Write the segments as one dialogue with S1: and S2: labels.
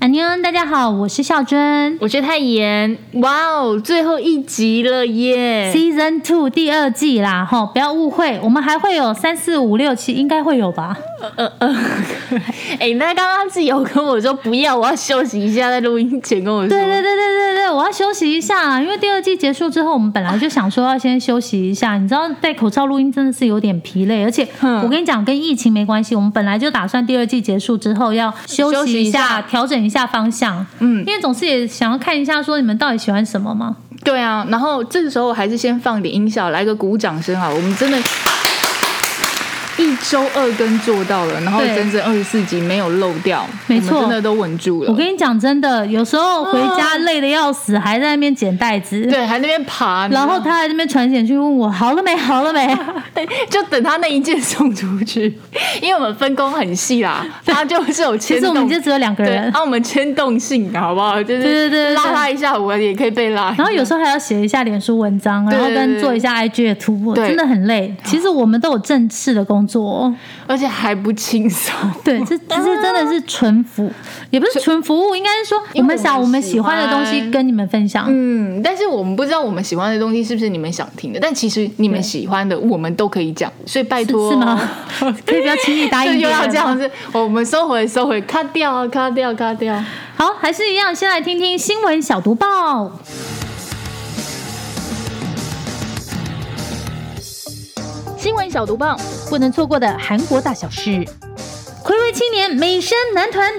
S1: 안녕，大家好，我是孝珍。
S2: 我是泰妍。哇哦，最后一集了耶！
S1: Season Two 第二季啦，吼，不要误会，我们还会有三四五六七，应该会有吧？
S2: 呃 哎、那刚刚是有跟我说不要，我要休息一下，在录音前跟我说。
S1: 对对对对对对，我要休息一下，因为第二季结束之后，我们本来就想说要先休息一下。你知道戴口罩录音真的是有点疲累，而且
S2: 嗯
S1: 我跟你讲，跟疫情没关系，我们本来就打算第二季结束之后要休
S2: 休息
S1: 息
S2: 一
S1: 一
S2: 下
S1: 下，调整一下方向。
S2: 嗯，
S1: 因为总是也想要看一下，说你们到底喜欢什么嘛？
S2: 对啊。然后这个时候还是先放点音效，来个鼓掌声啊！我们真的。一周二更做到了，然后
S1: 对
S2: 整整二十四集没有漏掉，
S1: 没
S2: 我
S1: 错
S2: 们真的都稳住了。
S1: 我跟你讲，真的，有时候回家
S2: 哦
S1: 累的要死，还在那边剪带子，
S2: 对，还那边爬，你知道
S1: 然
S2: 吗
S1: 后他还在那边传简讯问我好了没，好了 没。
S2: 就等他那一件送出去，因为我们分工很 细啦，他就是有
S1: 其
S2: 牵
S1: 实我们
S2: 动
S1: 就。只有两个
S2: 对，
S1: 人
S2: 按、，我们牵动性的好不好？就是
S1: 对对对对
S2: 拉他一下，我也可以被拉。
S1: 然后有时候还要写一下脸书文章，
S2: 对
S1: 然后
S2: 对对
S1: 跟做一下 IG 的突破，
S2: 对
S1: 真的很累。其实我们都有正式的工作、哦，
S2: 而且还不轻松。
S1: 对， 这这这真的是纯服，也不是纯服务，应该是说
S2: 因为
S1: 我们想我
S2: 我们
S1: 们
S2: 喜
S1: 喜
S2: 欢
S1: 欢的东西跟你们分享。
S2: 嗯，但是我们不知道我们喜欢的东西是不是你们想听的，但其实你们喜欢的我们都可以讲，所以拜托
S1: 是是 吗？啊可以不要轻易答
S2: 就
S1: 应别
S2: 又
S1: 人
S2: 要
S1: 吗
S2: 这样子，我们收回收回，卡掉啊，卡掉，卡掉。
S1: 好，还是一样，先来听听新闻小读报。
S2: 新闻小毒棒，
S1: 不能错过的韩国大小事。暌违七年，美声男团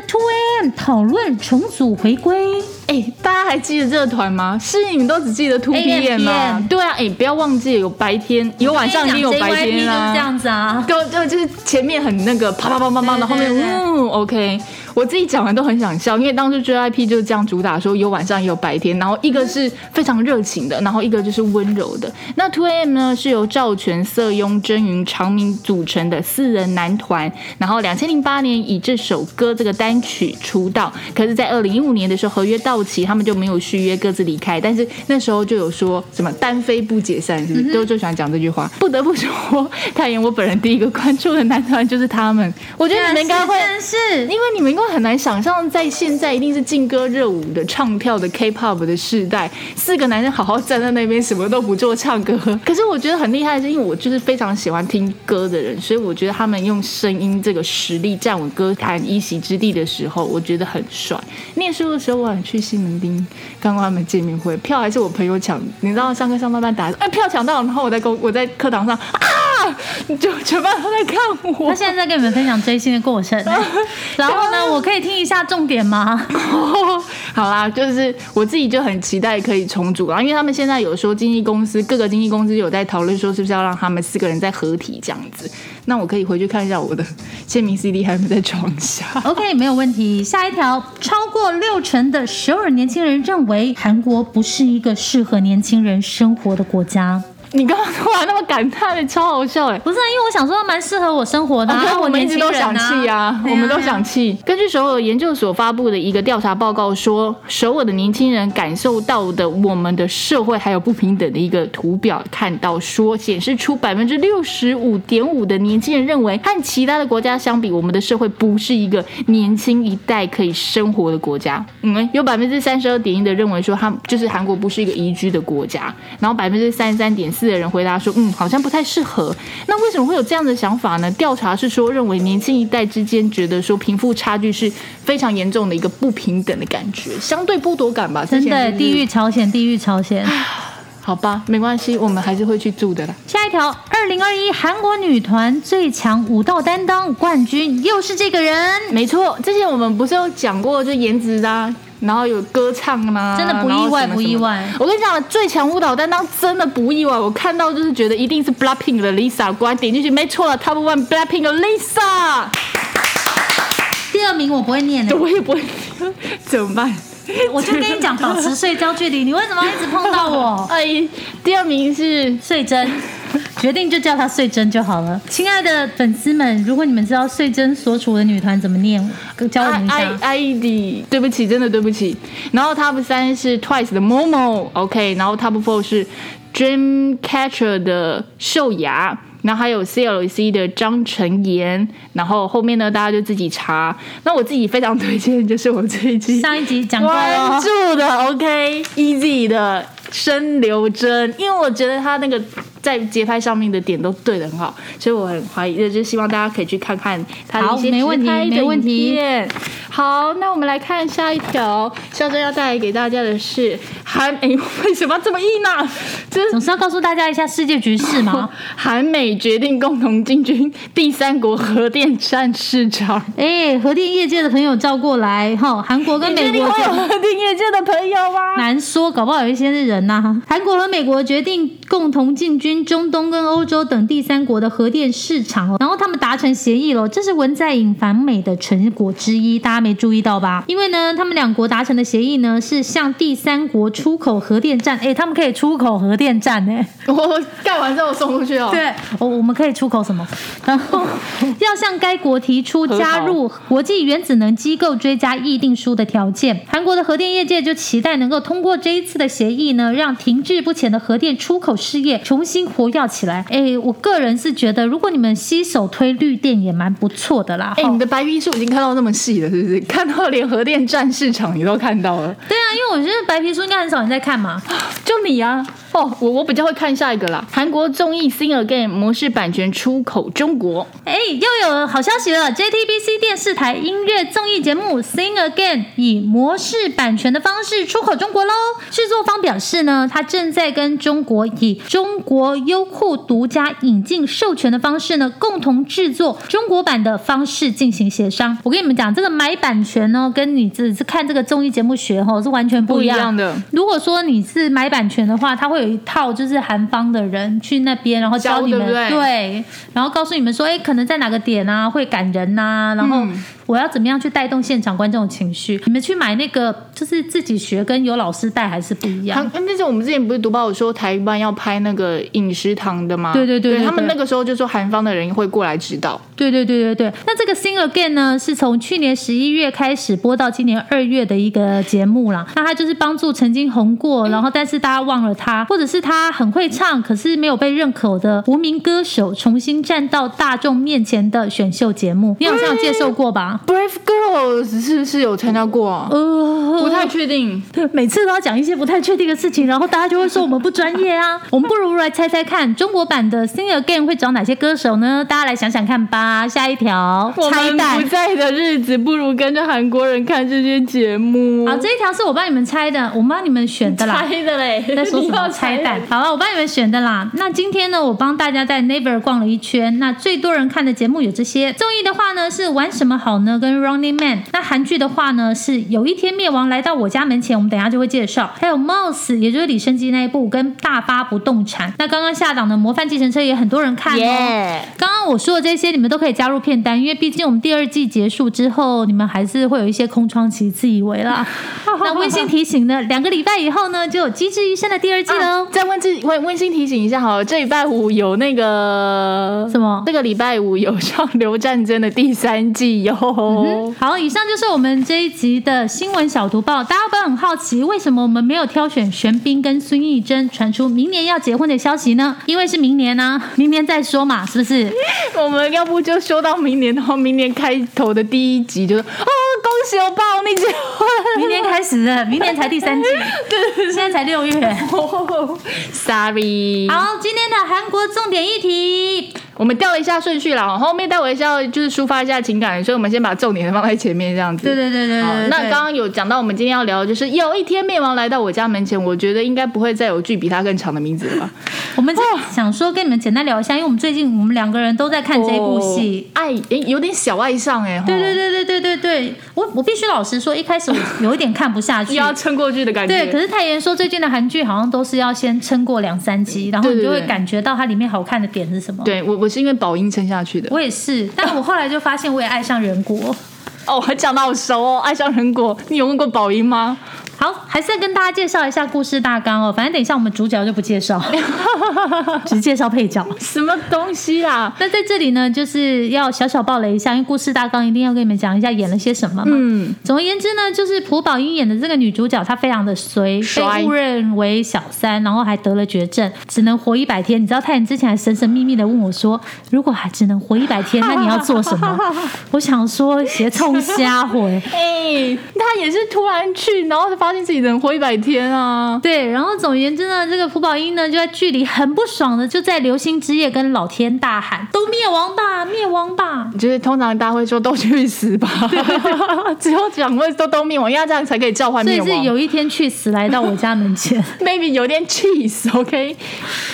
S1: 2AM 讨论重组回归。
S2: 哎、大家还记得这个团吗？是你们都只记得 Two PM 吗
S1: 2PM？
S2: 对啊，哎、不要忘记有白天，有晚上，也有白天
S1: 就是这
S2: 啊。
S1: 样子啊。
S2: 就就就是前面很那个啪啪啪啪啪，
S1: 对
S2: 然后后面
S1: 对对
S2: 嗯 OK，我自己讲完都很想笑，因为当初 JYP 就是这样主打说有晚上也有白天，然后一个是非常热情的，然后一个就是温柔的。那 Two AM 呢是由赵权、瑟雍、真云、长明组成的四人男团，然后两千零八年以这首歌这个单曲出道，可是，在二零一五年的时候合约到期，他们就没有续约，各自离开。但是那时候就有说什么单飞不解散，是不是？都就喜欢讲这句话。不得不说， 泰妍我本人第一个关注的男团就是他们，我觉得你们应该会。
S1: 真是
S2: 因为你们应该很难想象，在现在一定是劲歌热舞的、唱跳的、K-pop 的时代，四个男人好好站在那边，什么都不做，唱歌。 可是我觉得很厉害的是，因为我就是非常喜欢听歌的人，所以我觉得他们用声音这个实力站稳歌坛一席之地的时候，我觉得很帅。念书的时候，我想去西门町看过他们见面会，票还是我朋友抢，你知道上课上班班打，哎，票抢到了，然后我在公我在课堂上啊，就全班都在看我
S1: 他。现在在跟你们分享追星的过 程，然后呢，我可以听一下重点吗？
S2: 好啦，就是我自己就很期待可以重组啦，因为他们现在有说经纪公司各个经纪公司有在讨论说是不是要让他们四个人再合体这样子。那我可以回去看一下我的签名 CD 还有没有在床下。
S1: OK，没有问题。下一条，超过六成的首尔年轻人认为韩国不是一个适合年轻人生活的国家。
S2: 你刚刚突然那么感叹的，超好笑哎、
S1: 不是、啊，因为我想说蛮适合我生活的、啊，
S2: 啊、我们一
S1: 年
S2: 直
S1: 轻
S2: 都
S1: 人
S2: 想气啊，我们都想气。根据首尔研究所发布的一个调查报告说，首尔的年轻人感受到的我们的社会还有不平等的一个图表，看到说显示出百分之六十五点五的年轻人认为和其他的国家相比，我们的社会不是一个年轻一代可以生活的国家。嗯，有百分之三十二点一的认为说他们就是韩国不是一个宜居的国家，然后百分之三十三点四的人回答说，嗯，好像不太适合。那为什么会有这样的想法呢？调查是说，认为年轻一代之间觉得说贫富差距是非常严重的一个不平等的感觉，相对剥夺感吧。
S1: 真
S2: 之前
S1: 的，
S2: 就是
S1: 地狱朝鲜，地狱朝鲜。
S2: 好吧，没关系，我们还是会去住的啦。
S1: 下一条，二零二一韩国女团最强舞蹈担当冠军又是这个人，
S2: 没错，之前我们不是有讲过，就颜值啊，然后有歌唱啊，
S1: 真的不
S2: 然后
S1: 意外
S2: 什么
S1: 不意
S2: 什么
S1: 外
S2: 我跟你讲，最强舞蹈担当真的不意外，我看到就是觉得一定是 Blackpink 的 Lisa，果然点进去没错了，Top One Blackpink 的 Lisa，
S1: 第二名我不会念的、
S2: 我也不会怎么办？
S1: 我就跟你讲保 持社交距离，你为什么要一直碰到我？
S2: 哎，第二名是
S1: 穗珍，决定就叫她穗珍就好了。亲爱的粉丝们，如果你们知道穗珍所处的女团怎么念，教我们一
S2: 艾
S1: 下。
S2: 艾迪，对不起，真的对不起。然后 Top 三是 Twice 的 Momo，OK，、然后 Top Four 是 Dreamcatcher 的秀雅，然后还有 CLC 的张晨妍，然后后面呢大家就自己查。那我自己非常推荐，就是我最近
S1: 上一集讲过
S2: 关
S1: 了，
S2: 注的 OK，Easy 的申刘真，因为我觉得他那个在节拍上面的点都对的很好，所以我很怀疑，就是希望大家可以去看看他的
S1: 好
S2: 一些
S1: 没问题
S2: 直拍的
S1: 没问题
S2: 影片。好，那我们来看下一条，肖珍要带来给大家的是韩， 哎，为什么这么硬呢、这
S1: 总是要告诉大家一下世界局势 嘛。
S2: 韩美决定共同进军第三国核电站市场。
S1: 哎，核电业界的朋友叫过来哈，韩国跟美
S2: 你确定
S1: 国
S2: 会 有核电业界的朋友吗？
S1: 难说，搞不好有一些是人呐、韩国和美国决定共同进军中东跟欧洲等第三国的核电市场哦，然后他们达成协议了，这是文在寅反美的成果之一，大家没注意到吧？因为呢，他们两国达成的协议呢是向第三国出口核电站，哎，他们可以出口核电站哎、
S2: 我盖完之后送出去哦。
S1: 对，我我们可以出口什 么？然后要向该国提出加入国际原子能机构追加议定书的条件。韩国的核电业界就期待能够通过这一次的协议呢，让停滞不前的核电出口事业重新活跃起来。哎，我个人是觉得，如果你们携手推绿电，也蛮不错的啦。
S2: 哎、
S1: 吼
S2: 你的白皮书已经看到那么细了，是不是？ 看到连核电站市场你都看到了，
S1: 对啊，因为我觉得白皮书应该很少人在看嘛。
S2: 就你啊！哦，我我比较会看下一个啦。韩国综艺《Sing Again》模式版权出口中国，
S1: 哎，又有好消息了！JTBC 电视台音乐综艺节目《Sing Again》以模式版权的方式出口中国喽。制作方表示呢，他正在跟中国以中国优酷独家引进授权的方式呢，共同制作中国版的方式进行协商。我跟你们讲，这个买版权呢，跟你只是看这个综艺节目学吼是完全不一样
S2: 不一样的。
S1: 如果说你是买版权的话，他会有一套就是韩方的人去那边，然后教
S2: 教
S1: 你们
S2: 对不对
S1: 对，然后告诉你们说，哎，可能在哪个点啊会感人呐、然后
S2: 嗯
S1: 我要怎么样去带动现场观众的情绪。你们去买那个，就是自己学跟有老师带还是不一样
S2: 韩。嗯那时候我们之前不是读报说台湾要拍那个饮食堂的吗？
S1: 对对对对对
S2: 他们那个时候就说韩方的人会过来指导。
S1: 对对对对对。那这个《Sing Again》呢，是从去年十一月开始播到今年二月的一个节目啦。那他就是帮助曾经红
S2: 嗯
S1: 过，然后但是大家忘了他，或者是他很会唱，可是没有被认可的无名歌手，重新站到大众面前的选秀节目。你好像有介绍过吧？
S2: Brave Girls 是不是有参加过、啊？
S1: 呃，
S2: 不太确定。
S1: 每次都要讲一些不太确定的事情，然后大家就会说我们不专业 啊。我们不如来猜猜看，中国版的《Sing Again》会找哪些歌手呢？大家来想想看吧。下一条，
S2: 我
S1: 拆
S2: 们
S1: 弹
S2: 不。在的日子，不如跟着韩国人看这些节目。
S1: 好，这一条是我帮你们猜的，我帮你们选的啦。
S2: 猜啊的嘞，
S1: 在说什
S2: 你
S1: 么
S2: 要
S1: 拆弹
S2: 的？
S1: 好了，我帮你们选的啦。那今天呢，我帮大家在 Never 逛了一圈。那最多人看的节目有这些。综艺的话呢是玩什么好呢？跟 Running Man。那韩剧的话呢是有一天灭亡来到我家门前，我们等一下就会介绍。还有 Mouse，也就是李生基那一部跟大发不动产。那刚刚下档的《模范继承车》也很多人看哦。
S2: 耶
S1: 刚刚我说的这些，你们都可以加入片单，因为毕竟我们第二季结束之后，你们还是会有一些空窗期，自以为 啦。那温馨提醒呢，两个礼拜以后呢，就有《机智医生》的第二季喽。
S2: 再温馨温温馨提醒一下好了，这礼拜五有那个
S1: 什么
S2: 这个礼拜五有《上流战争》的第三季哟、
S1: 嗯好，以上就是我们这一集的新闻小读报。大家会不会很好奇，为什么我们没有挑选玄彬跟孙艺珍传出明年要结婚的消息呢？因为是明年呢、明年再说嘛，是不是？
S2: 我们要不就说到明年，然后明年开头的第一集就是哦，恭喜我爸，你结婚。
S1: 明年开始的，明年才第 三季，对，现在才 六月。
S2: Sorry，
S1: 好，今天的韩国重点议题
S2: 我们调了一下顺序啦，后面待会是要就是抒发一下情感，所以我们先把重点放在前面这样子。
S1: 对对对对
S2: 好
S1: 对，
S2: 那刚刚有讲到，我们今天要聊的就是有一天灭亡来到我家门前，我觉得应该不会再有剧比它更长的名字了吧？
S1: 我们就
S2: 哦
S1: 想说跟你们简单聊一下，因为我们最近我们两个人都在看这部戏。
S2: 哦爱诶有点小爱上哎、
S1: 对对对对对对对，我我必须老实说，一开始我有一点看不下
S2: 对
S1: 去
S2: 又。要撑过去的感觉。
S1: 对，可是泰妍说最近的韩剧好像都是要先撑过两三集，然后你
S2: 对
S1: 就
S2: 对
S1: 会
S2: 对
S1: 感觉到它里面好看的点是什么。
S2: 对我我是因为宝音撑下去的。
S1: 我也是，但我后来就发现我也爱上人国，
S2: 哦哦，我讲到好熟哦，爱上人果，你有问过宝音吗？
S1: 好，还是要跟大家介绍一下故事大纲哦。反正等一下我们主角就不介 绍，只介绍配角。
S2: 什么东西啊啦？
S1: 那在这里呢，就是要小小爆雷一下，因为故事大纲一定要跟你们讲一下演了些什么嘛。
S2: 嗯，
S1: 总而言之呢，就是朴宝英演的这个女主角，她非常的衰，
S2: 衰
S1: 被误认为小三，然后还得了绝症，只能活一百天。你知道泰妍之前还神神秘秘的问我说，如果还只能活一百 天，那你要做什么？我想说，鞋冲瞎 回。
S2: 哎、他也是突然去，然后就发现自己能活一百天啊。
S1: 对，然后总而言之呢，这个朴宝英呢就在剧里很不爽的，就在流星之夜跟老天大喊：“都灭亡吧，灭亡吧
S2: 就是通常大家会说都去死吧， 只有讲会都都灭亡，因为他这样才可以召！”唤
S1: 所以
S2: 灭
S1: 是
S2: 亡。
S1: 有一天去死来到我家门前。
S2: maybe 有点 cheese，OK，、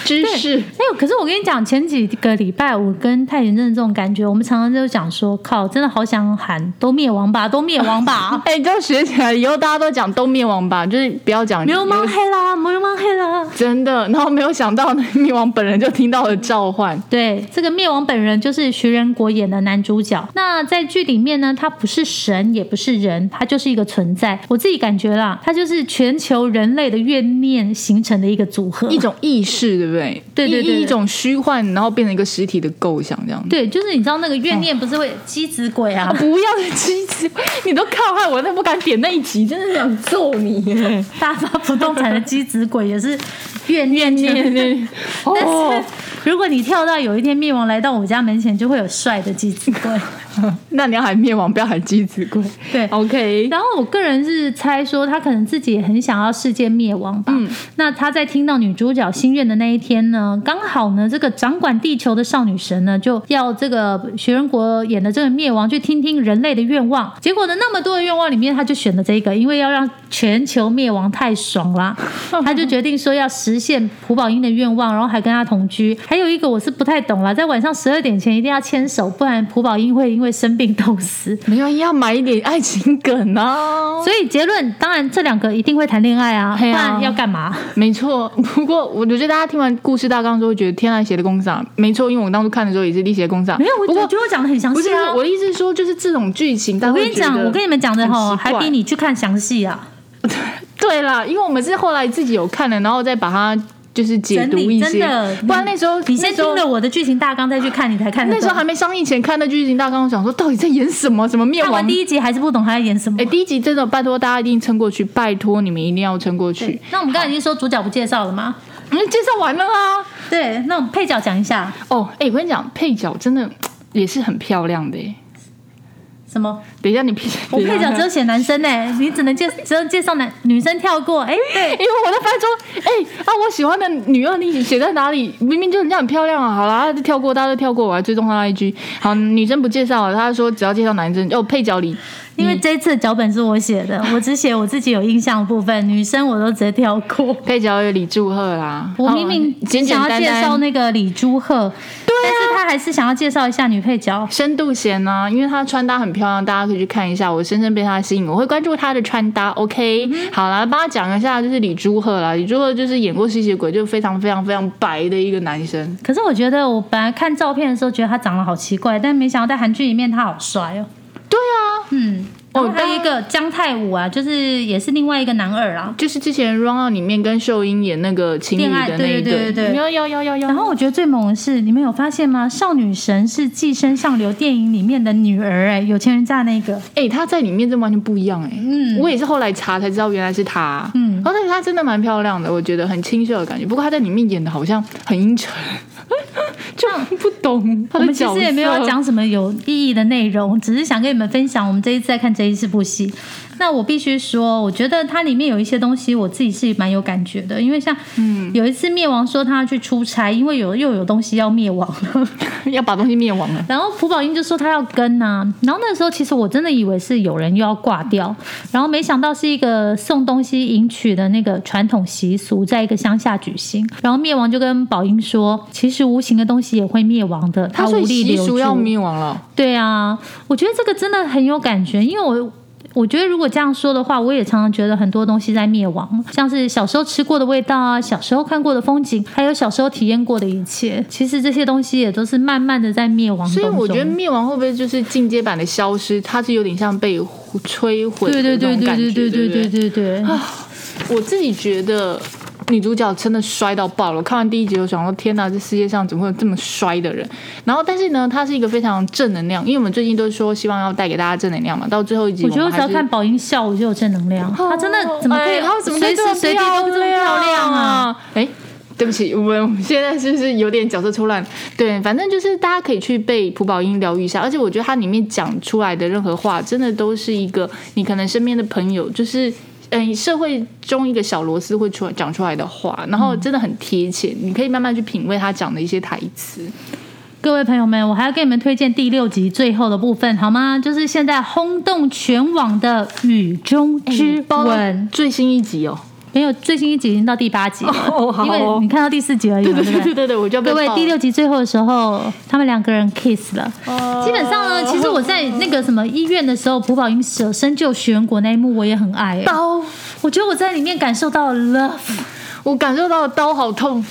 S2: 芝士
S1: 没有，可是我跟你讲，前几个礼拜我跟太妍真的这种感觉，我们常常就讲说，靠，真的好想喊都灭亡吧，都灭亡 吧，
S2: 哎、就学起来以后，大家都讲都灭亡吧，就是不要讲
S1: 流氓黑啦，流氓黑啦。
S2: 真的。然后没有想 到，那灭亡本人就听到了召唤，
S1: 对，这个灭亡本人就是徐仁国演的男主角。那在剧里面呢，他不是神，也不是人，他就是一个存在。我自己感觉啦，他就是全球人类的怨念形成的一个组合
S2: 一。种意识，对不对？
S1: 对对
S2: 一
S1: 对对
S2: 一种虚幻，然后变成一个实体的构想，这样子。
S1: 对，就是你知道那个怨念不是会鸡子鬼啊
S2: 啊、？不要的机子，你都靠害我，都不敢点那一集，真的想揍你 耶！
S1: 大发不动产的鸡子鬼也是怨念
S2: 念 念
S1: 但
S2: 哦
S1: 是，如果你跳到有一天灭亡来到我家门前，就会有帅的机子龟。
S2: 那你要喊灭亡，不要喊机子龟。
S1: 对
S2: ，OK，
S1: 然后我个人是猜说，他可能自己也很想要世界灭亡吧。那他在听到女主角心愿的那一天呢，刚好呢，这个掌管地球的少女神呢，就要这个学人国演的这个灭亡，去听听人类的愿望。结果呢，那么多的愿望里面，他就选了这个，因为要让全球灭亡太爽啦，他就决定说要实现朴宝英的愿望，然后还跟他同居。还有一个我是不太懂啦，在晚上十二点前一定要牵手，不然朴宝英会因为生病冻死。
S2: 没有要买一点爱情梗啊。
S1: 所以结论，当然这两个一定会谈恋爱哦啊，不
S2: 嘿啊
S1: 然要干嘛？
S2: 没错，不过我觉得大家听完故事大纲之后，觉得天然写的工厂没错，因为我当初看的时候也是力写工厂。
S1: 没有，我
S2: 不
S1: 我
S2: 过
S1: 觉得我讲的很详
S2: 不是
S1: 细啊。
S2: 我的意思是说，就是这种剧情，大
S1: 我
S2: 家
S1: 跟
S2: 会
S1: 你
S2: 觉
S1: 讲，
S2: 得
S1: 我跟你们讲的哈，
S2: 很奇
S1: 还
S2: 怪
S1: 比你去看详细啊。
S2: 对啦，因为我们是后来自己有看了，然后再把它就是解读
S1: 整理
S2: 一
S1: 真
S2: 些
S1: 的，
S2: 不然那时候
S1: 你先听了。我的剧情大纲再去看，你才看得
S2: 那时候那时候
S1: 懂
S2: 还没上映前看那剧情大纲，我想说到底在演什么？什么灭
S1: 看
S2: 亡
S1: 完？第一集还是不懂他在演什么
S2: 哎、。第一集真的拜托大家一定撑过去，拜托你们一定要撑过去。
S1: 那我们刚才已经说主角不介绍了吗？
S2: 我们介绍完了啦。
S1: 对，那我们配角讲一下
S2: 哦，哎、我跟你讲，配角真的也是很漂亮的、哎
S1: 什么？
S2: 等一下你配，
S1: 我配角
S2: 等一
S1: 只
S2: 下
S1: 有写男生呢，你只能介只能介绍男女生跳过。哎，对，
S2: 因为我在翻说，哎、啊，我喜欢的女二你写在哪里？明明就人家很漂亮啊，好啦，就跳过，大家都跳过，我还追踪她 IG。好，女生不介绍了，她说只要介绍男生，哦，配角里
S1: 因为这一次的脚本是我写的，我只写我自己有印象的部分，女生我都直接跳过。
S2: 配角有李祝贺啦。
S1: 我明明
S2: 哦简简
S1: 想要
S2: 单啊
S1: 介绍
S2: 单。
S1: 那个李朱赫，但是他还是想要介绍一下女配角。
S2: 深度贤呢、因为她穿搭很漂亮，大家可以去看一下。我深深被她吸引，我会关注她的穿搭。OK，、好
S1: 嗯
S2: 啦，帮她讲一下，就是李朱赫啦。李朱赫就是演过《吸血鬼》，就非常非常非常白的一个男生。
S1: 可是我觉得，我本来看照片的时候觉得他长得好奇怪，但没想到在韩剧里面他好帅哦。
S2: 对啊，
S1: 嗯，然
S2: 哦
S1: 后还有一个姜泰武啊，就是也是另外一个男二啊啦。
S2: 就是之前《Run Out》里面跟秀英演那个情侣
S1: 恋爱
S2: 的那
S1: 对
S2: 一
S1: 对对对
S2: 要要要要要。
S1: 然后我觉得最猛的是，你们有发现吗？少女神是《寄生上流》电影里面的女儿、哎，有钱人家那个。
S2: 哎、她在里面真的完全不一样哎、
S1: 嗯
S2: 我也是后来查才知道原来是她。
S1: 嗯
S2: 然后但是她真的蛮漂亮的，我觉得很清秀的感觉。不过她在里面演的好像很阴沉， 就不懂
S1: 嗯我
S2: 她的
S1: 们其
S2: 角
S1: 实
S2: 色。
S1: 也没有要讲什么有意义的内容，只是想跟你们分享我们这一次在看这一次部戏。那我必须说，我觉得它里面有一些东西，我自己是蛮有感觉的，因为像嗯，有一次灭亡说他要去出差，因为有又有东西要灭亡了，
S2: 要把东西灭亡了。
S1: 然后朴宝英就说他要跟呐、然后那时候其实我真的以为是有人又要挂掉，然后没想到是一个送东西迎娶的那个传统习俗，在一个乡下举行。然后灭亡就跟宝英说，其实无形的东西也会灭亡的，他
S2: 所
S1: 无
S2: 以
S1: 力
S2: 习
S1: 留住
S2: 俗。要灭亡了。
S1: 对啊，我觉得这个真的很有感觉，因为我。我觉得如果这样说的话，我也常常觉得很多东西在灭亡，像是小时候吃过的味道啊，小时候看过的风景，还有小时候体验过的一切，其实这些东西也都是慢慢的在灭亡当
S2: 所以
S1: 中。
S2: 我觉得灭亡会不会就是进阶版的消失？它是有点像被摧毁
S1: 对对对
S2: 的那种
S1: 对
S2: 感觉，
S1: 对对
S2: 对
S1: 对
S2: 不
S1: 对对对，
S2: 我自己觉得女主角真的摔到爆了。我看完第一集，我想说：天哪，这世界上怎么会有这么摔的人？然后，但是呢，她是一个非常正能量，因为我们最近都说希望要带给大家正能量嘛。到最后一集，
S1: 我觉得
S2: 们
S1: 我只要
S2: 还是
S1: 看宝英笑， 我就有正能量。她真的怎么可以
S2: 哎她怎么可以
S1: 哦随时
S2: 这么
S1: 随地都这么漂亮啊？？
S2: 哎。对不起，我们我们现在是不是有点角色错乱？对，反正就是大家可以去被朴宝英疗愈一下，而且我觉得它里面讲出来的任何话，真的都是一个你可能身边的朋友，就是嗯社会中一个小螺丝会出来讲出来的话，然后真的很贴切，你可以慢慢去品味他讲的一些台词。
S1: 各位朋友们，我还要给你们推荐第六集最后的部分，好吗？就是现在轰动全网的《雨中
S2: 嗯
S1: 之
S2: 包括
S1: 吻》，
S2: 最新一集哦，
S1: 哎没有最新一集已经到第八集了，
S2: 哦好哦
S1: 因为你看到第四集而已嘛，
S2: 对
S1: 对不
S2: 对对对对，我就要被
S1: 各位
S2: 爆，了
S1: 第六集最后的时候，他们两个人 kiss 了。基本上呢，其实我在那个什么医院的时候，朴宝英舍身救徐仁国那一幕，我也很爱、欸。
S2: 刀，
S1: 我觉得我在里面感受到了 love，
S2: 我感受到刀好痛，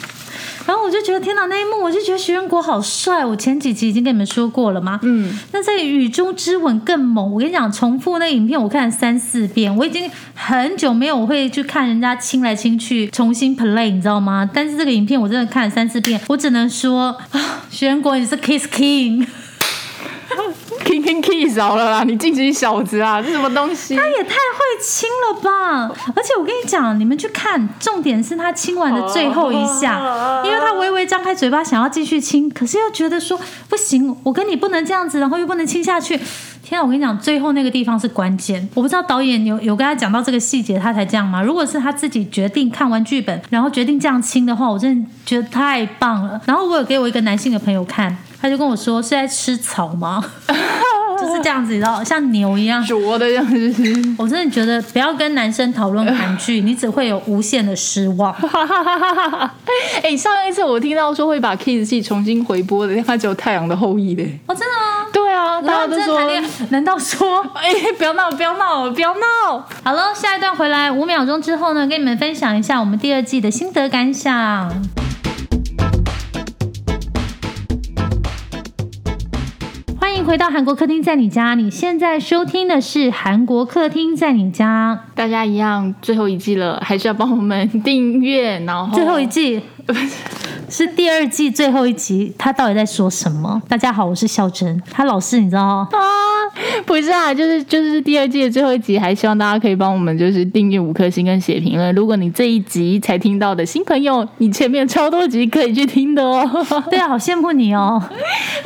S1: 然后我就觉得天哪，那一幕我就觉得徐仁国好帅。我前几集已经跟你们说过了嘛。
S2: 嗯，
S1: 那在《雨中之吻》更猛，我跟你讲，重复那影片我看了三四遍，我已经很久没有我会去看人家亲来亲去重新 play，你知道吗？但是这个影片我真的看了三四遍，我只能说啊，徐仁国你是 kiss king，
S2: king king kiss 好了啦，你晋级小子啊，这什么东 西？
S1: 他也太会亲了吧！而且我跟你讲，你们去看，重点是他亲完的最后一下，因为他微微张开嘴巴想要继续亲，可是又觉得说不行，我跟你不能这样子，然后又不能亲下去。天啊，我跟你讲，最后那个地方是关键。我不知道导演有有跟他讲到这个细节，他才这样吗？如果是他自己决定看完剧本，然后决定这样亲的话，我真的觉得太棒了。然后我有给我一个男性的朋友看，他就跟我说是在吃草吗？ 就是这样子，你知道，像牛一样。
S2: 灼的样子，
S1: 我真的觉得不要跟男生讨论韩剧，你只会有无限的失望。
S2: 哈哈哈哈哈哈！ 哎，上一次我听到说会把 kiss 戏重新回播的，它只有《太阳的后裔》嘞。
S1: 哦，真的吗？
S2: 对啊，大家都
S1: 然后
S2: 说
S1: 真的谈，恋爱，难道 说？
S2: 哎，不要闹，不要闹，不要闹！
S1: 好了，下一段回来五秒钟之后呢，跟你们分享一下我们第二季的心得感想。欢迎回到韩国客厅在你家，你现在收听的是《韩国客厅在你家
S2: 大家一样，最后一季了，还是要帮我们订阅，然》后
S1: 最后一 季，是第二季最后一集，他到底在说什么？大家好，我是孝珍，他老是你知道哦
S2: 啊，不是啊，就是就是第二季的最后一集，还希望大家可以帮我们就是订阅五颗星跟写评论。如果你这一集才听到的新朋友，你前面超多集可以去听 的哦。
S1: 对啊，好羡慕你 哦！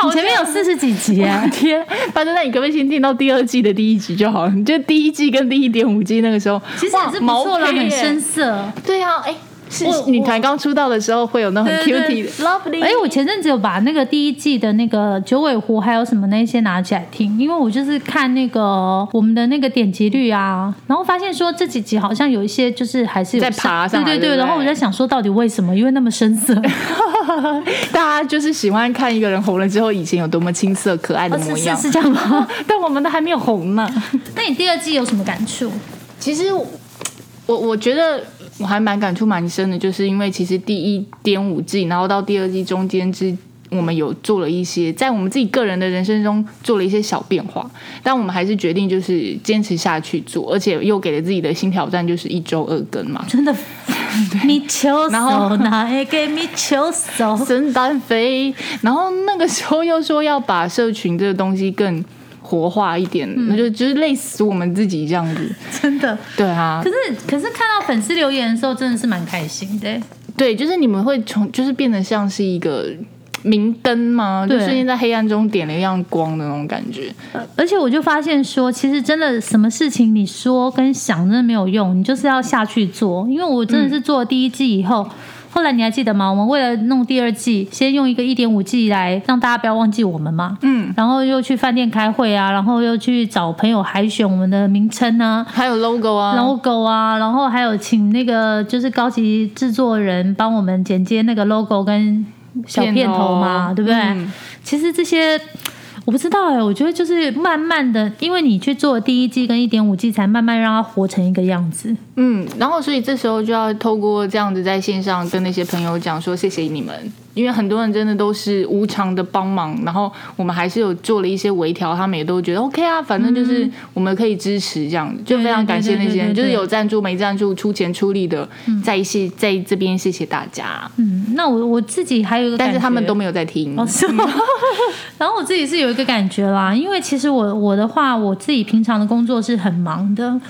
S1: 你前面有四十几集耶，
S2: 天，反正那你可不可以先听到第二季的哦第一集就好了？你就第一季跟第一点五季那个时候，
S1: 其实也是不错啦，
S2: 哇毛坯耶
S1: 很生涩。
S2: 对啊，哎、是
S1: 我
S2: 女团刚出道的时候会有那种很
S1: 对对
S2: cute 的 lovely，
S1: 哎，我前阵子有把那个第一季的那个九尾狐还有什么那些拿起来听，因为我就是看那个我们的那个点击率啊，然后发现说这几集好像有一些就是还是有
S2: 在爬上来
S1: 对
S2: 对
S1: 对。
S2: 不对
S1: 然后我在想说到底为什么？因为那么生 涩，
S2: 大家就是喜欢看一个人红了之后，以前有多么青涩可爱的
S1: 哦是
S2: 模
S1: 是
S2: 样。
S1: 是这样吗？
S2: 但我们都还没有红呢。
S1: 那你第二季有什么感触？
S2: 其实我我我觉得我还蛮感触蛮深的，就是因为其实第一点五季，然后到第二季中间之。我们有做了一些，在我们自己个人的人生中做了一些小变化，但我们还是决定就是坚持下去做，而且又给了自己的新挑战，就是一周二更嘛，
S1: 真的， 米球
S2: 然后
S1: 手拿哦一个米球手，
S2: 神单飞。然后那个时候又说要把社群这个东西更活化一点，那、就就是累死我们自己这样子。
S1: 真的。
S2: 嗯对啊
S1: 可，是可是看到粉丝留言的时候，真的是蛮开心的欸。
S2: 对，就是你们会从就是变得像是一个明灯吗？就
S1: 对
S2: 瞬间在黑暗中点了一样光的那种感觉。
S1: 而且我就发现说，其实真的什么事情你说跟想真的没有用，你就是要下去做。因为我真的是做了第一季以后。后来你还记得吗？我们为了弄第二季，先用一个一点五 G 来让大家不要忘记我们嘛。嗯，然后又去饭店开会啊，然后又去找朋友海选我们的名称啊、
S2: 还有 logo 啊，
S1: logo 啊，然后还有请那个就是高级制作人帮我们剪接那个 logo 跟小片头嘛，
S2: 片头
S1: 对不对？
S2: 嗯
S1: 其实这些我不知道哎、我觉得就是慢慢的，因为你去做第一季跟一点五季，才慢慢让它活成一个样子。
S2: 嗯，然后所以这时候就要透过这样子在线上跟那些朋友讲说谢谢你们，因为很多人真的都是无偿的帮忙，然后我们还是有做了一些微调，他们也都觉得 OK 啊，反正就是我们可以支持这样子，就非常感谢那些
S1: 嗯对对对
S2: 人，
S1: 对对
S2: 就是有赞助没赞助出钱出力的，在谢在这边谢谢大家，
S1: 嗯，那我我自己还有一个感觉，
S2: 但是他们都没有在听，
S1: 哦，是
S2: 嗯
S1: 吗？ 然后我自己是有一个感觉啦，因为其实我我的话，我自己平常的工作是很忙的。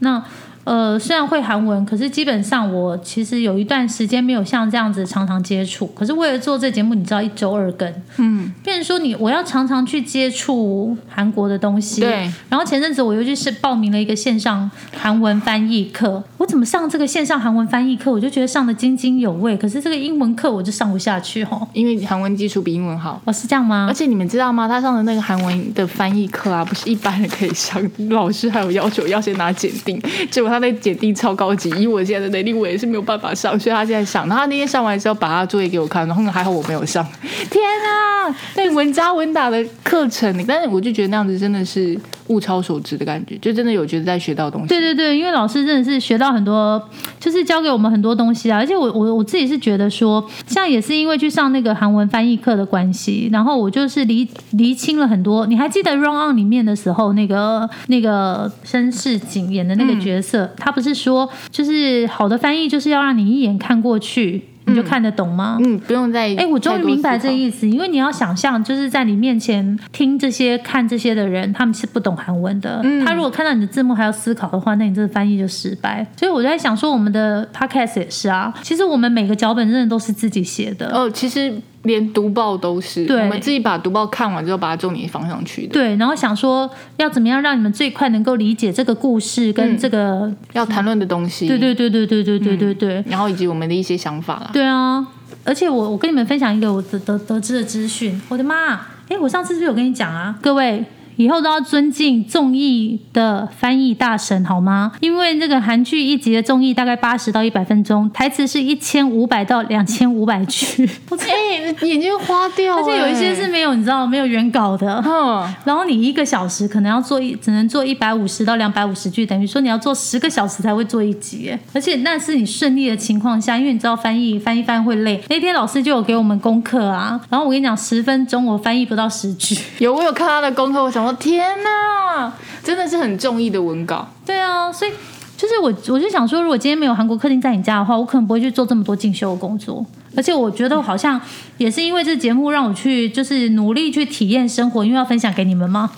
S1: 那呃，虽然会韩文，可是基本上我其实有一段时间没有像这样子常常接触。可是为了做这节目，你知道一周二更，
S2: 嗯，
S1: 变成说你我要常常去接触韩国的东西。
S2: 对。
S1: 然后前阵子我又去是报名了一个线上韩文翻译课，我怎么上这个线上韩文翻译课，我就觉得上的津津有味，可是这个英文课我就上不下去哦。
S2: 因为韩文基础比英文好。
S1: 哦，是这样吗
S2: 而？且你们知道吗？他上的那个韩文的翻译课啊，不是一般人可以上。老师还有要求要先拿检定，结果他那检定超高级，以我现在的能力，我也是没有办法上，所以他现在上。然后他那天上完之后，把他作业给我看，然后还好我没有上。天啊，那文扎文打的课程，但是我就觉得那样子真的是物超所值的感觉，就真的有觉得在学到东 西。
S1: 对对对，因为老师真的是学到很多，就是教给我们很多东西啊。而且我我我自己是觉得说，像也是因为去上那个韩文翻译课的关系，然后我就是厘厘清了很多。你还记得《Run On》里面的时候，那个那个申世景演的那
S2: 嗯
S1: 个角色，他不是说就是好的翻译就是要让你一眼看过去，你就看得懂吗？
S2: 嗯，不用再
S1: 哎、我终于明白这
S2: 一。
S1: 意思，因为你要想象，就是在你面前听这些、看这些的人，他们是不懂韩文的。他如果看到你的字幕还要思考的话，那你这个翻译就失败。所以我在想说，我们的 podcast 也是啊，其实我们每个脚本真的都是自己写的。
S2: 哦，其实连读报都是，
S1: 对
S2: 我们自己把读报看完之后，把它重点放上去的。
S1: 对，然后想说要怎么样让你们最快能够理解这个故事跟这个，
S2: 要谈论的东西，
S1: 嗯对对对对对对对对对，
S2: 然后以及我们的一些想法啦。
S1: 对啊，而且我我跟你们分享一个我得得得知的资讯，我的妈！哎，我上次是不是有跟你讲啊？各位以后都要尊敬综艺的翻译大神好吗？因为这个韩剧一集的综艺大概八十到一百分钟，台词是一千五百到两千五百句，
S2: 哎、眼睛花掉、
S1: 而且有一些是，没有你知道没有原稿的。
S2: 嗯，
S1: 然后你一个小时可能要做一，只能做一百五十到两百五十句，等于说你要做十个小时才会做一集耶。而且那是你顺利的情况下，因为你知道翻译翻译翻译会累。那天老师就有给我们功课啊，然后我跟你讲，十分钟我翻译不到十句。
S2: 有我有看他的功课，我想说天哪，真的是很中意的文稿。
S1: 对啊，所以就是我我就想说，如果今天没有韩国客厅在你家的话，我可能不会去做这么多进修的工作。而且我觉得我好像也是因为这节目让我去就是努力去体验生活，因为要分享给你们嘛。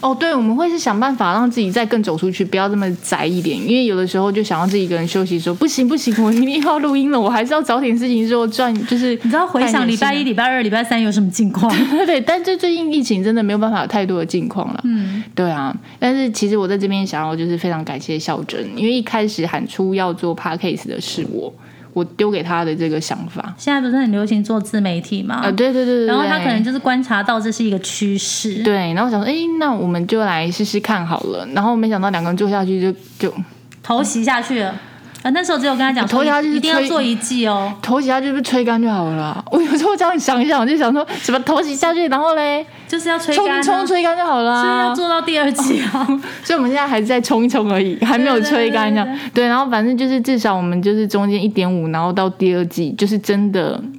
S2: 哦，对，我们会是想办法让自己再更走出去，不要这么宅一点，因为有的时候就想要自己一个人休息说不行不行，我一定要录音了，我还是要找点事情做赚，就是啊
S1: 你知道回想礼拜一、礼拜二、礼拜三有什么近况？
S2: 对，但这最近疫情真的没有办法有太多的近况了。嗯，对啊。但是其实我在这边想要就是非常感谢孝珍，因为一开始喊出要做 podcast 的是我，我丢给他的这个想法。
S1: 现在不是很流行做自媒体嘛？
S2: 啊、对对对对。
S1: 然后他
S2: 对
S1: 可能就是观察到这是一个趋势，
S2: 对，然后我想说，哎，那我们就来试试看好了。然后没想到两个人做下去就就
S1: 投袭下去了。啊，那时候只有跟他讲说，
S2: 投袭下去是
S1: 一定要
S2: 吹
S1: 做一季哦。
S2: 头洗下去不是吹干就好了啊。我有时候这样想一想，我就想说，什么头洗下去，然后嘞，
S1: 就是要吹
S2: 冲
S1: 干、啊，
S2: 一冲，吹干就好了啊。哦
S1: 所以要做到第二季啊。
S2: 所以我们现在还是在冲一冲而已，还没有吹干这样
S1: 对对。
S2: 对，然后反正就是至少我们就是中间一点五，然后到第二季就是真的。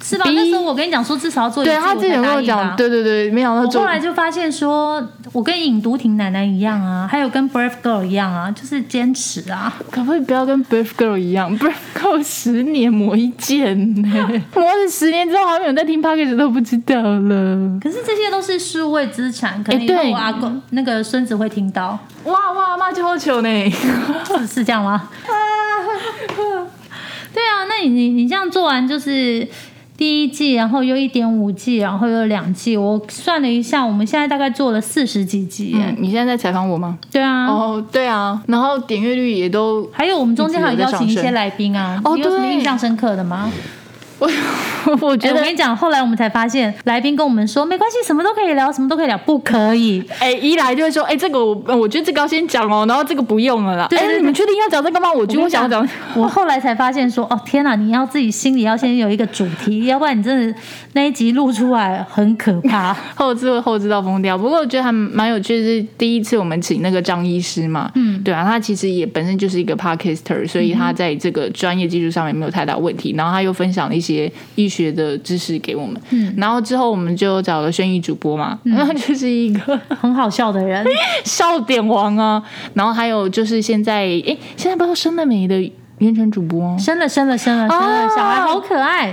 S1: 是吧？
S2: 逼
S1: 那时候我跟你讲说，至少要做一季，
S2: 对他之
S1: 我
S2: 前
S1: 才
S2: 跟
S1: 答
S2: 我
S1: 应
S2: 讲，
S1: 啊。
S2: 对对对，没想到
S1: 我
S2: 做
S1: 后来就发现说，我跟尹独婷奶奶一样啊，还有跟 Brave Girl 一样啊，就是坚持啊。
S2: 可不可以不要跟 Brave Girl 一样，Brave Girl 十年磨一剑呢、 磨了十年之后，还没有在听 p o c k e t 都不知道了。
S1: 可是这些都是数位资产，可能
S2: 哎
S1: 以后
S2: 对
S1: 我阿公那个孙子会听到，
S2: 哇哇妈就好球呢！
S1: 是 是这样吗？对啊，那你你你这样做完就是第一季，然后又一点五季，然后又两季，我算了一下，我们现在大概做了四十几集耶。
S2: 嗯 你现在在采访我吗？
S1: 对啊，
S2: 哦，对啊，然后点阅率也都
S1: 还有我们中间还有邀请一些来宾啊，
S2: 哦
S1: 你有什么
S2: 对
S1: 印象深刻的吗？
S2: 我 我觉
S1: 哎
S2: 得
S1: 我跟你讲，后来我们才发现，来宾跟我们说没关系，什么都可以聊，什么都可以聊，不可以。
S2: 哎、一来就会说，哎、这个我我觉得这个要先讲哦，然后这个不用了啦。
S1: 对
S2: 哎、
S1: 对对
S2: 你们确定要讲这个吗？我觉得我想要 讲，
S1: 我后来才发现说，哦天哪，你要自己心里要先有一个主题，要不然你真的那一集录出来很可怕。
S2: 啊后置会后置到疯掉。不过我觉得还蛮有趣的是，第一次我们请那个张医师嘛，嗯，对啊，他其实也本身就是一个 podcaster，所以他在这个专业技术上面没有太大问题。然后他又分享了一些医学的知识给我们，嗯，然后之后我们就找了轩逸主播嘛，然后 就是一个
S1: 很好笑的人，
S2: 笑点王啊。然后还有就是现在，哎，现在不知道生了没的袁泉主播，
S1: 生了生了生了生了，
S2: 哦
S1: 小孩好可爱。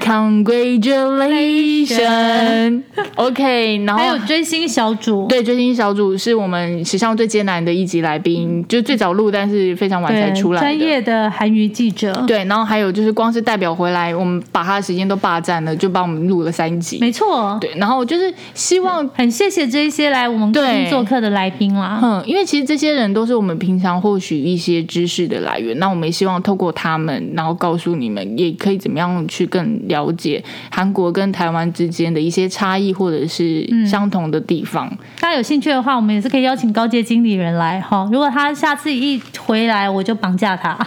S2: Congratulation，OK，、OK，然
S1: 还有
S2: 后。
S1: 追星小组，
S2: 对，追星小组是我们史上最艰难的一级来宾，就是最早录，但是非常晚才出来
S1: 专
S2: 的。
S1: 业的韩娱记者，
S2: 对，然后还有就是，光是代表回来，我们把他的时间都霸占了，就帮我们录了三集。
S1: 没错，
S2: 对，然后就是希望，
S1: 很谢谢这一些来我们客厅
S2: 对
S1: 做客的来宾啦。
S2: 嗯，因为其实这些人都是我们平常获取一些知识的来源，那我们也希望透过他们，然后告诉你们，也可以怎么样去更了解韩国跟台湾之间的一些差异或者是相同的地 方。
S1: 大家有兴趣的话，我们也是可以邀请高阶经理人来哈。如果他下次一回来，我就绑架他。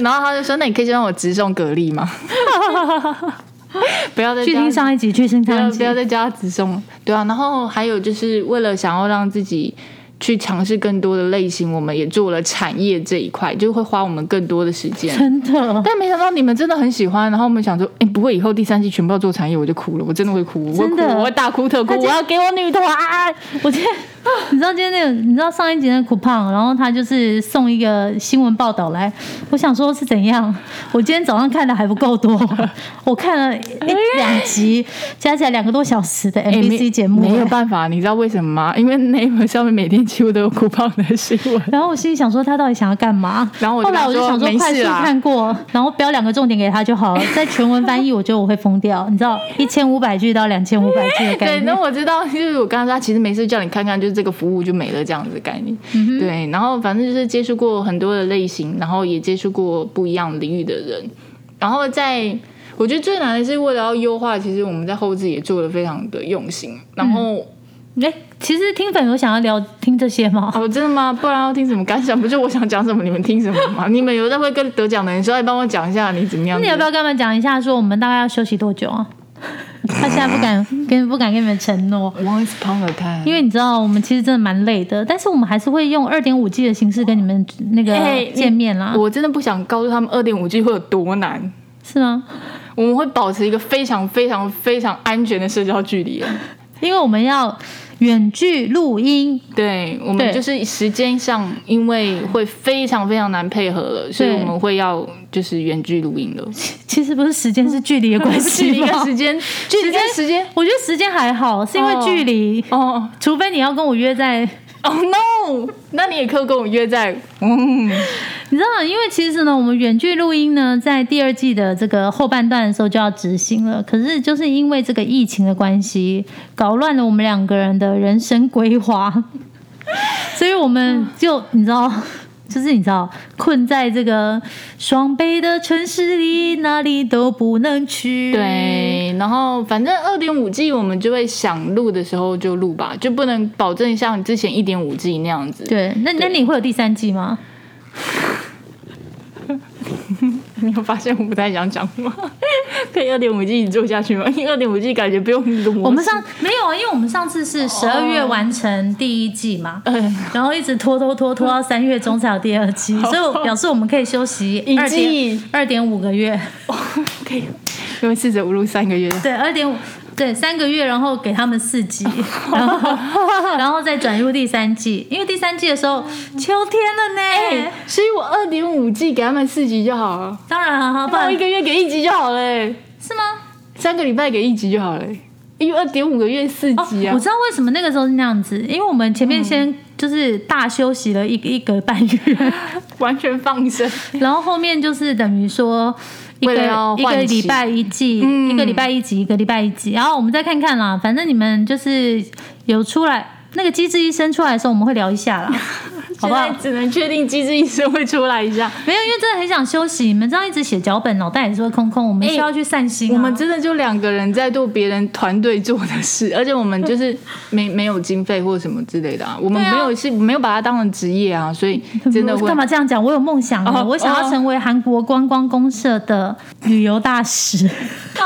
S2: 然后他就说：“那你可以先让我直送蛤蜊吗？”不要再
S1: 去听上一集，去听
S2: 不
S1: 上
S2: 要
S1: 一
S2: 不
S1: 集
S2: 要。再叫他直送了。对啊，然后还有就是为了想要让自己去尝试更多的类型，我们也做了产业这一块，就会花我们更多的时间。
S1: 真的，
S2: 但没想到你们真的很喜欢，然后我们想说，哎、不会以后第三季全部要做产业，我就哭了，我真的会哭，我会
S1: 真
S2: 哭
S1: 的，
S2: 我会大哭特哭，
S1: 大
S2: 我
S1: 家
S2: 要给我女团。
S1: 我今天，你知道今天那个，你知道上一集那个 coupon，然后他就是送一个新闻报道来，我想说是怎样？我今天早上看的还不够多，我看了一两集，加起来两个多小时的
S2: 诶没
S1: MBC 节目、
S2: 哎没有办法，你知道为什么吗？因为 Neighbor 上面每天几乎都有酷胖的新闻。
S1: 然后我心里想说他到底想要干嘛？
S2: 然后我就
S1: 后来我
S2: 跟
S1: 就
S2: 他
S1: 想
S2: 说
S1: 说
S2: 没
S1: 快
S2: 事啊
S1: 速
S2: 啦
S1: 看过，然后标两个重点给他就好了。在全文翻译，我觉得我会疯掉，你知道，一千五百句到两千五百句的概
S2: 对，那
S1: 念。
S2: 我知道，就是我刚刚说，他其实没事叫你看看，就是这个服务就没了这样子的概念。
S1: 嗯
S2: 对，然后反正就是接触过很多的类型，然后也接触过不一样领域的人，然后在。我觉得最难的是为了要优化，其实我们在后置也做的非常的用心。然后、
S1: 哎，其实听粉有想要聊听这些吗？
S2: 哦，真的吗？不然要听什么感想？不就我想讲什么，你们听什么 吗？你们有在会跟得奖的人说，哎，帮我讲一下你怎么样
S1: 那
S2: 子？
S1: 你要不要跟他们讲一下，说我们大概要休息多久啊？ 他现在不敢跟不敢跟你们承诺，
S2: Once upon a time，
S1: 因为你知道我们其实真的蛮累的，但是我们还是会用二点五 G 的形式跟你们那
S2: 哎
S1: 个
S2: 你
S1: 见面啦，
S2: 我真的不想告诉他们二点五 G 会有多难。
S1: 是吗？
S2: 我们会保持一个非常非常非常安全的社交距离。
S1: 因为我们要远距录音，
S2: 对，我们
S1: 对
S2: 就是时间上，因为会非常非常难配合了，所以我们会要就是远距录音了。
S1: 其实不是时间，是距离的关
S2: 距
S1: 系
S2: 离跟
S1: 吗？
S2: 时间，距离跟时间。
S1: 我觉得时间还好，是因为
S2: 哦
S1: 距离，
S2: 哦
S1: 除非你要跟我约在
S2: 哦 no！那你也可以跟我约在，嗯，
S1: 你知道，因为其实呢，我们远距录音呢，在第二季的这个后半段的时候就要执行了。可是就是因为这个疫情的关系，搞乱了我们两个人的人生规划， 所以我们就你知道。就是你知道，困在这个双北的城市里，哪里都不能
S2: 嗯
S1: 去。，
S2: 对。然后反正二点五 G 我们就会想录的时候就录吧，就不能保证像之前一点五 G 那样子。
S1: 对，那那你会有第三季吗？
S2: 你有发现我不太想讲话？ 可以二点五 G 一直做下去吗？因为二点五 G 感觉不用录。
S1: 我们 上没有啊，因为我们上次是十二月完成第一季嘛，
S2: 嗯
S1: 然后一直拖拖拖拖到三月中才有第二季，所以我表示我们可以休息
S2: 一
S1: 二点
S2: 季
S1: 二点五个月，
S2: 哦可以，因为四舍五入三个月。
S1: 对，二点五对三个月，然后给他们四季，然后 然后再转入第三季，因为第三季的时候秋天了呢，
S2: 所以我二点五 G 给他们四集就好了，
S1: 当然了，不
S2: 不
S1: 然
S2: 然哦一个月给一集就好了、欸，
S1: 是吗？
S2: 三个礼拜给一集就好了、欸，因为二点五个月四
S1: 哦，
S2: 集啊。
S1: 我知道为什么那个时候是那样子，因为我们前面先就是大休息了一一个半月。
S2: 完全放生，
S1: 然后后面就是等于说一个
S2: 为了要
S1: 一个
S2: 换
S1: 礼
S2: 期
S1: 拜一季，
S2: 嗯
S1: 一个礼拜一集，一个礼拜一集，然后我们再看看啦，反正你们就是有出来。那个《机智医生》出来的时候，我们会聊一下 啦，好不
S2: 现
S1: 好
S2: 在？只能确定机智医生会出来一下。
S1: 没有，因为真的很想休息。你们这样一直写脚本，脑袋也是会空空。我们需要去散心、啊
S2: 哎我们真的就两个人在做别人团队做的事， 而且我们就是没没有经费或什么之类的啊，我们
S1: 对啊
S2: 没有是没有把它当成职业啊，所以真 的
S1: 嗯
S2: 会
S1: 干嘛这样讲？我有梦想啊！
S2: 哦
S1: 我想要成为韩国观光公社的旅游大使。
S2: 啊，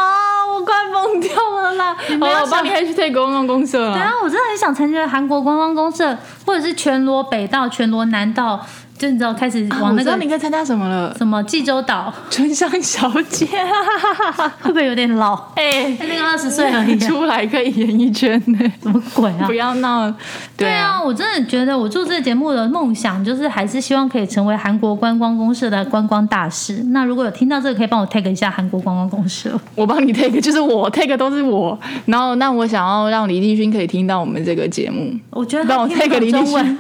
S2: 我快疯掉了啦！
S1: 没
S2: 好
S1: 有
S2: 了，我帮你 hashtag 公共公社
S1: 对啊
S2: 了。，
S1: 我真的很想成为韩国观光公社，或者是全罗北道、全罗南道，就你知道开始
S2: 啊
S1: 往
S2: 我
S1: 那
S2: 知
S1: 个、
S2: 道你该参加什么了，
S1: 什么济州岛，
S2: 春香小姐，
S1: 会不会有点老？
S2: 哎，
S1: 那个二十岁而已
S2: 你，出来可以演一圈 呢，
S1: 什么鬼啊
S2: 不？要闹。
S1: 对啊，，我真的觉得我做这个节目的梦想就是还是希望可以成为韩国观光公社的观光大使。那如果有听到这个，可以帮我 tag 一下韩国观光公社。
S2: 我帮你 take，就是我 take 都是我。然后，那我想要让李立勋可以听到我们这个节目，
S1: 我 觉得
S2: 帮我 take 李
S1: 个
S2: 立
S1: 中文
S2: 勋，。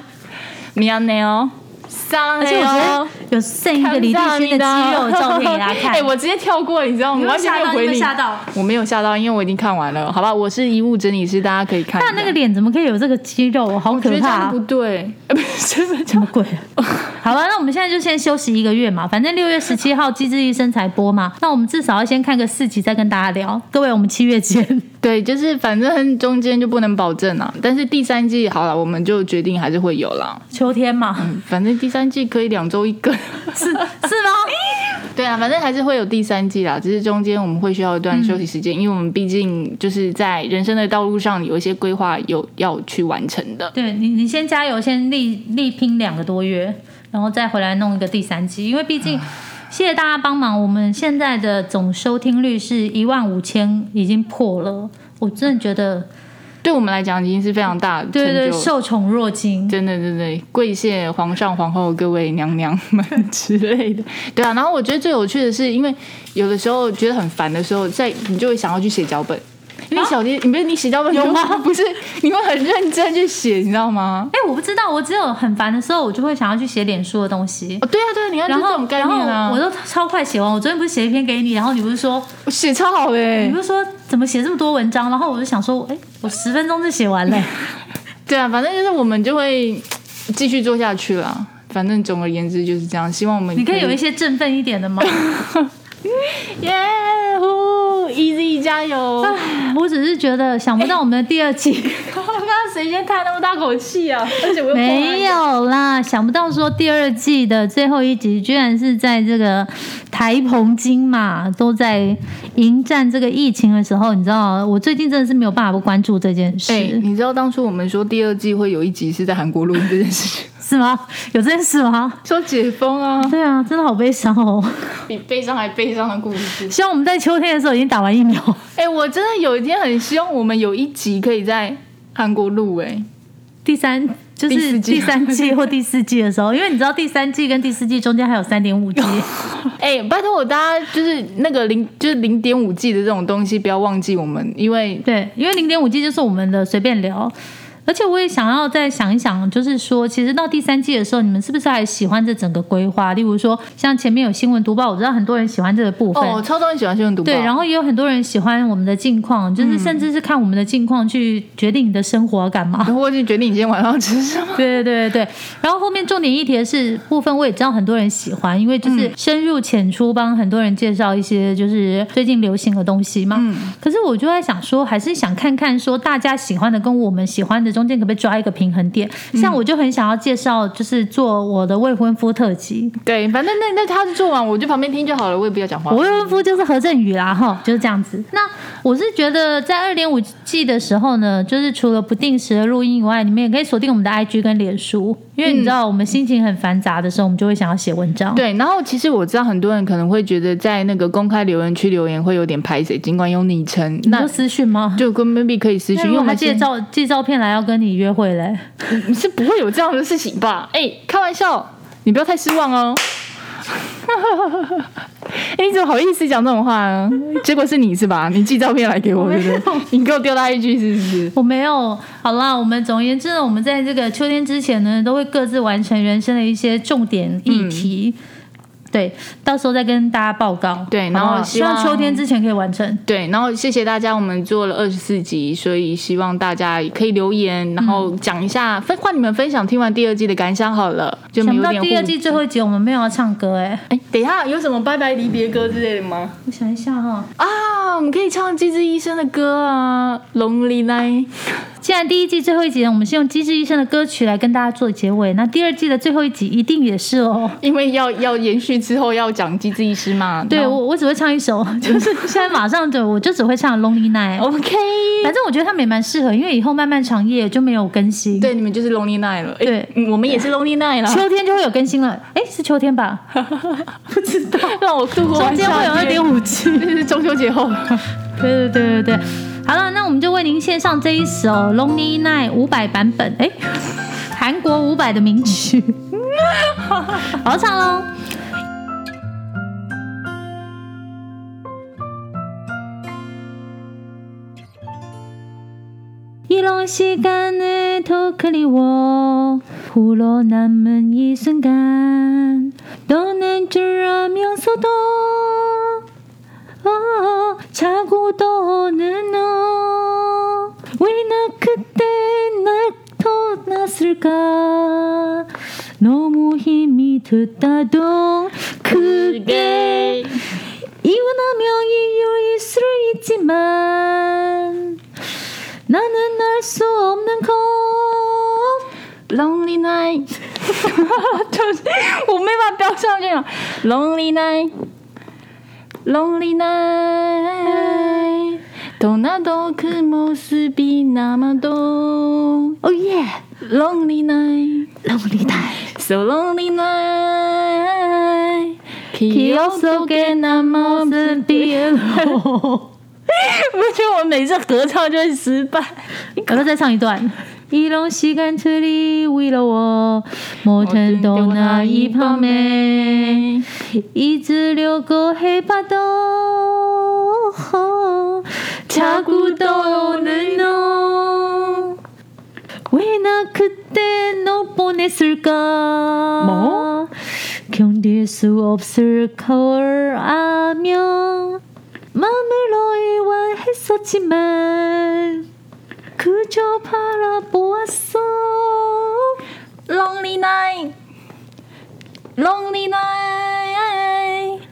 S2: 미안해요，사랑
S1: 而且
S2: 해
S1: 我觉
S2: 요
S1: 得。有哎剩一个李立勋的肌肉的照片给 大家 看。
S2: 哎、我直接跳过，你知道吗？
S1: 你
S2: 我
S1: 会
S2: 完全没有回你。
S1: 吓到你会吓
S2: 我没有吓到，因为我已经看完了，好吧？我是遗物整理师，大家可以看一下。
S1: 那那个脸怎么可以有这个肌肉？好
S2: 我觉
S1: 可
S2: 得这
S1: 怕、
S2: 样
S1: 啊
S2: 不！ 对，呃不是不是这
S1: 什么
S2: 样。
S1: 鬼啊、 好吧，那我们现在就先休息一个月嘛，反正六月十七号《机智医生》才播嘛，那我们至少要先看个四集再跟大家聊。各位，我们七月见。
S2: 对，就是反正中间就不能保证啊。但是第三季好了，我们就决定还是会有啦。
S1: 秋天嘛，
S2: 嗯反正第三季可以两周一更。
S1: 是是吗？
S2: 对啊，反正还是会有第三季啦，只是中间我们会需要一段休息时间，因为我们毕竟就是在人生的道路上有一些规划有要去完成的。
S1: 对你，你先加油，先力力拼两个多月，然后再回来弄一个第三季，因为毕竟。谢谢大家帮忙，我们现在的总收听率是一万五千，已经破了。我真的觉得，
S2: 对我们来讲已经是非常大的成就
S1: 对
S2: 了。
S1: 对，受宠若惊。
S2: 真的，真的，跪谢皇上、皇后、各位娘娘们之类的， 对啊。然后我觉得最有趣的是，因为有的时候觉得很烦的时候，在你就会想要去写脚本。因为小杰，你不是你写脚本啊有吗？ 不是，你会很认真去写，你知道吗？
S1: 哎、我不知道，我只有很烦的时候，我就会想要去写脸书的东西。
S2: 哦，对啊，对啊，你要就
S1: 然
S2: 这
S1: 后
S2: 种，概念
S1: 然
S2: 啊
S1: 后我，都超快写完。我昨天不是写一篇给你，然后你不是说，
S2: 我写超好的、
S1: 你
S2: 欸
S1: 不，是说怎么写这么多文章？然后我就想说，哎、我十分钟就写完 了、
S2: 对啊，反正就是我们就会继续做下去啦。反正总而言之就是这样，希望我们
S1: 你可以有一些振奋一点 的吗？
S2: 耶呼 easy 加油。
S1: 我只是觉得想不到我们的第二 季、
S2: 刚刚谁先 叹那么大口气啊？ 而且我又
S1: 没有啦，想不到说第二季的最后一集居然是在这个台澎金马都在迎战这个疫情的时候，你知道，我最近真的是没有办法不关注这件事，
S2: 哎、你知道当初我们说第二季会有一集是在韩国录音这件事情，
S1: 是吗？有这件事吗？
S2: 说解封啊，
S1: 对啊，真的好悲伤哦。
S2: 比悲伤还悲伤的故事。
S1: 希望我们在秋天的时候已经打完疫苗。
S2: 哎、我真的有一天很希望我们有一集可以在韩国录、哎，
S1: 第三就
S2: 第四
S1: 是
S2: 季
S1: 第三季或第四季的时候，因为你知道第三季跟第四季中间还有三点五季，
S2: 哎、拜托我大家就是那个零就是零点五 G 的这种东西不要忘记我们，因为
S1: 对，因为零点五季就是我们的随便聊。而且我也想要再想一想，就是说，其实到第三季的时候，你们是不是还喜欢这整个规划？例如说，像前面有新闻读报，我知道很多人喜欢这个部分。
S2: 哦，超多人喜欢新闻读报，
S1: 对，然后也有很多人喜欢我们的近况，
S2: 嗯
S1: 就是甚至是看我们的近况去决定你的生活要干嘛。
S2: 然后我就决定你今天晚上要吃什么。
S1: 对对对对，然后后面重点议题的是部分，我也知道很多人喜欢，因为就是深入浅出帮很多人介绍一些就是最近流行的东西嘛。可是我就在想说，还是想看看说大家喜欢的跟我们喜欢的中间可不可以抓一个平衡点。像我就很想要介绍，就是做我的未婚夫特辑，
S2: 对，反正那那他做完我就旁边听就好了，我也不要讲话
S1: 我。未婚夫就是何振宇啦， 哈，就是这样子。那我是觉得在二点五 G 的时候呢，就是除了不定时的录音以外，你们也可以锁定我们的 IG 跟脸书，因为你知道我们心情很繁杂的时候，我们就会想要写文章。
S2: 对，然后其实我知道很多人可能会觉得在那个公开留言区留言会有点排斥，尽管有昵称，
S1: 你
S2: 那
S1: 就私讯吗？
S2: 就跟 maybe 可以私
S1: 那
S2: 讯，
S1: 如
S2: 因
S1: 果
S2: 为我
S1: 他
S2: 们
S1: 借
S2: 现
S1: 照借照片来要跟你约会嘞，
S2: 你 是不会有这样的事情吧？哎、开玩笑，你不要太失望哦。 哎、你怎么好意思讲这种话呢？结果是你是吧？你寄照片来给 我，对不对？你给我丢他一句是不是？
S1: 我没有。好啦，我们总而言之呢，我们嗯在这个秋天之前呢，都会各自完成人生的一些重点议题。对，到时候再跟大家报告。
S2: 对
S1: 好不
S2: 然后
S1: 好
S2: 希
S1: 希
S2: 望
S1: 望秋天之前可以完成。
S2: 对，然后谢谢大家，我们做了二十四集，所以希望大家可以留言，然
S1: 嗯
S2: 后讲一下，分换你们分享听完第二季的感想好了，就
S1: 想
S2: 没有
S1: 不到
S2: 点
S1: 第二
S2: 互
S1: 季最后一集我们没有要唱歌哎、
S2: 哎，等一下有什么拜拜离别歌之类的吗？
S1: 我想一下哈、
S2: 啊，我们可以唱机智医生的歌啊，《Lonely Night》。
S1: 既然第一季最后一集呢，我们是用《机智医生》的歌曲来跟大家做结尾，那第二季的最后一集一定也是哦。
S2: 因为要要延续之后要讲机智医师嘛。
S1: 对
S2: 然
S1: 我，
S2: 后
S1: 我只会唱一首，就是现在马上对我就只会唱《Lonely Night》。
S2: ，OK，
S1: 反正我觉得他们也蛮适合，因为以后漫漫长夜就没有更新，，
S2: 对，你们就是 Lonely Night 了。哎
S1: 对
S2: 嗯我们也是 Lonely Night 了。
S1: 秋天就会有更新了。哎，是秋天吧？
S2: 不知道，让我度过
S1: 中
S2: 完
S1: 间
S2: 夏
S1: 会有二
S2: 天
S1: 点五 G。
S2: 这是中秋节后了。
S1: 对对对对对，好了，那我们就为您献上这一首《Lonely Night》五百版本，哎，韩国五百的名曲，好唱喽。이런시간을더 그리워 홀로 남은 이 순간 너는 줄 알면서도 어, 자고 떠오는 너. 왜 나 그때 날 떠났을까? 너무 힘이 듣다던 그게 이혼하며 이유 있을 있지만 나는 알 수 없는 것.
S2: Lonely Night，就是我没法标上去了。Lonely Night，Lonely Night，どんな時もすびなまど。
S1: Oh yeah,
S2: Lonely Night。
S1: lonely night.
S2: So lonely night 기억 속에 남아 없는 비엘 我觉得我每次合唱就会失败
S1: 我再唱一段。이런시간들이위로워모든
S2: 모든
S1: 떠나 이 밤에
S2: 밤에
S1: 잊으려고 해봐도 자꾸 떠오는 너. 왜 나 그때 너 보냈을까?
S2: 뭐?
S1: 견딜 수 없을 걸 아며 마음으로 이완했었지만 그저 바라보았어.
S2: Lonely night Lonely night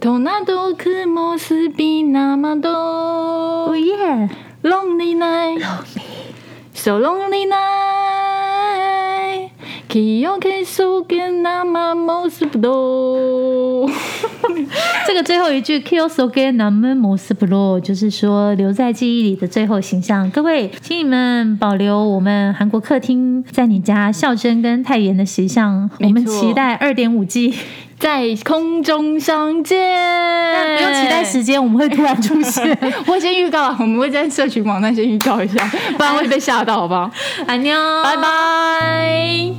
S2: 도나도 그 모습이 남아도
S1: Oh yeah.
S2: Lonely night. So lonely night. 기억의 속에 남아 모습도.
S1: 这个最后一句 “kill so g a n a m n m o s b l o 就是说留在记忆里的最后形象。各位，请你们保留我们韩国客厅在你家孝珍跟泰妍的形象，
S2: 没
S1: 我
S2: 错
S1: 们期待二点五 G，
S2: 在空中相见。
S1: 但
S2: 不
S1: 不用期待时。间，我们会突然出现。
S2: 我先预告了，啊我们会在社群 网站先预告一下，不然会被吓到，好不好？
S1: 安妞，
S2: 拜拜。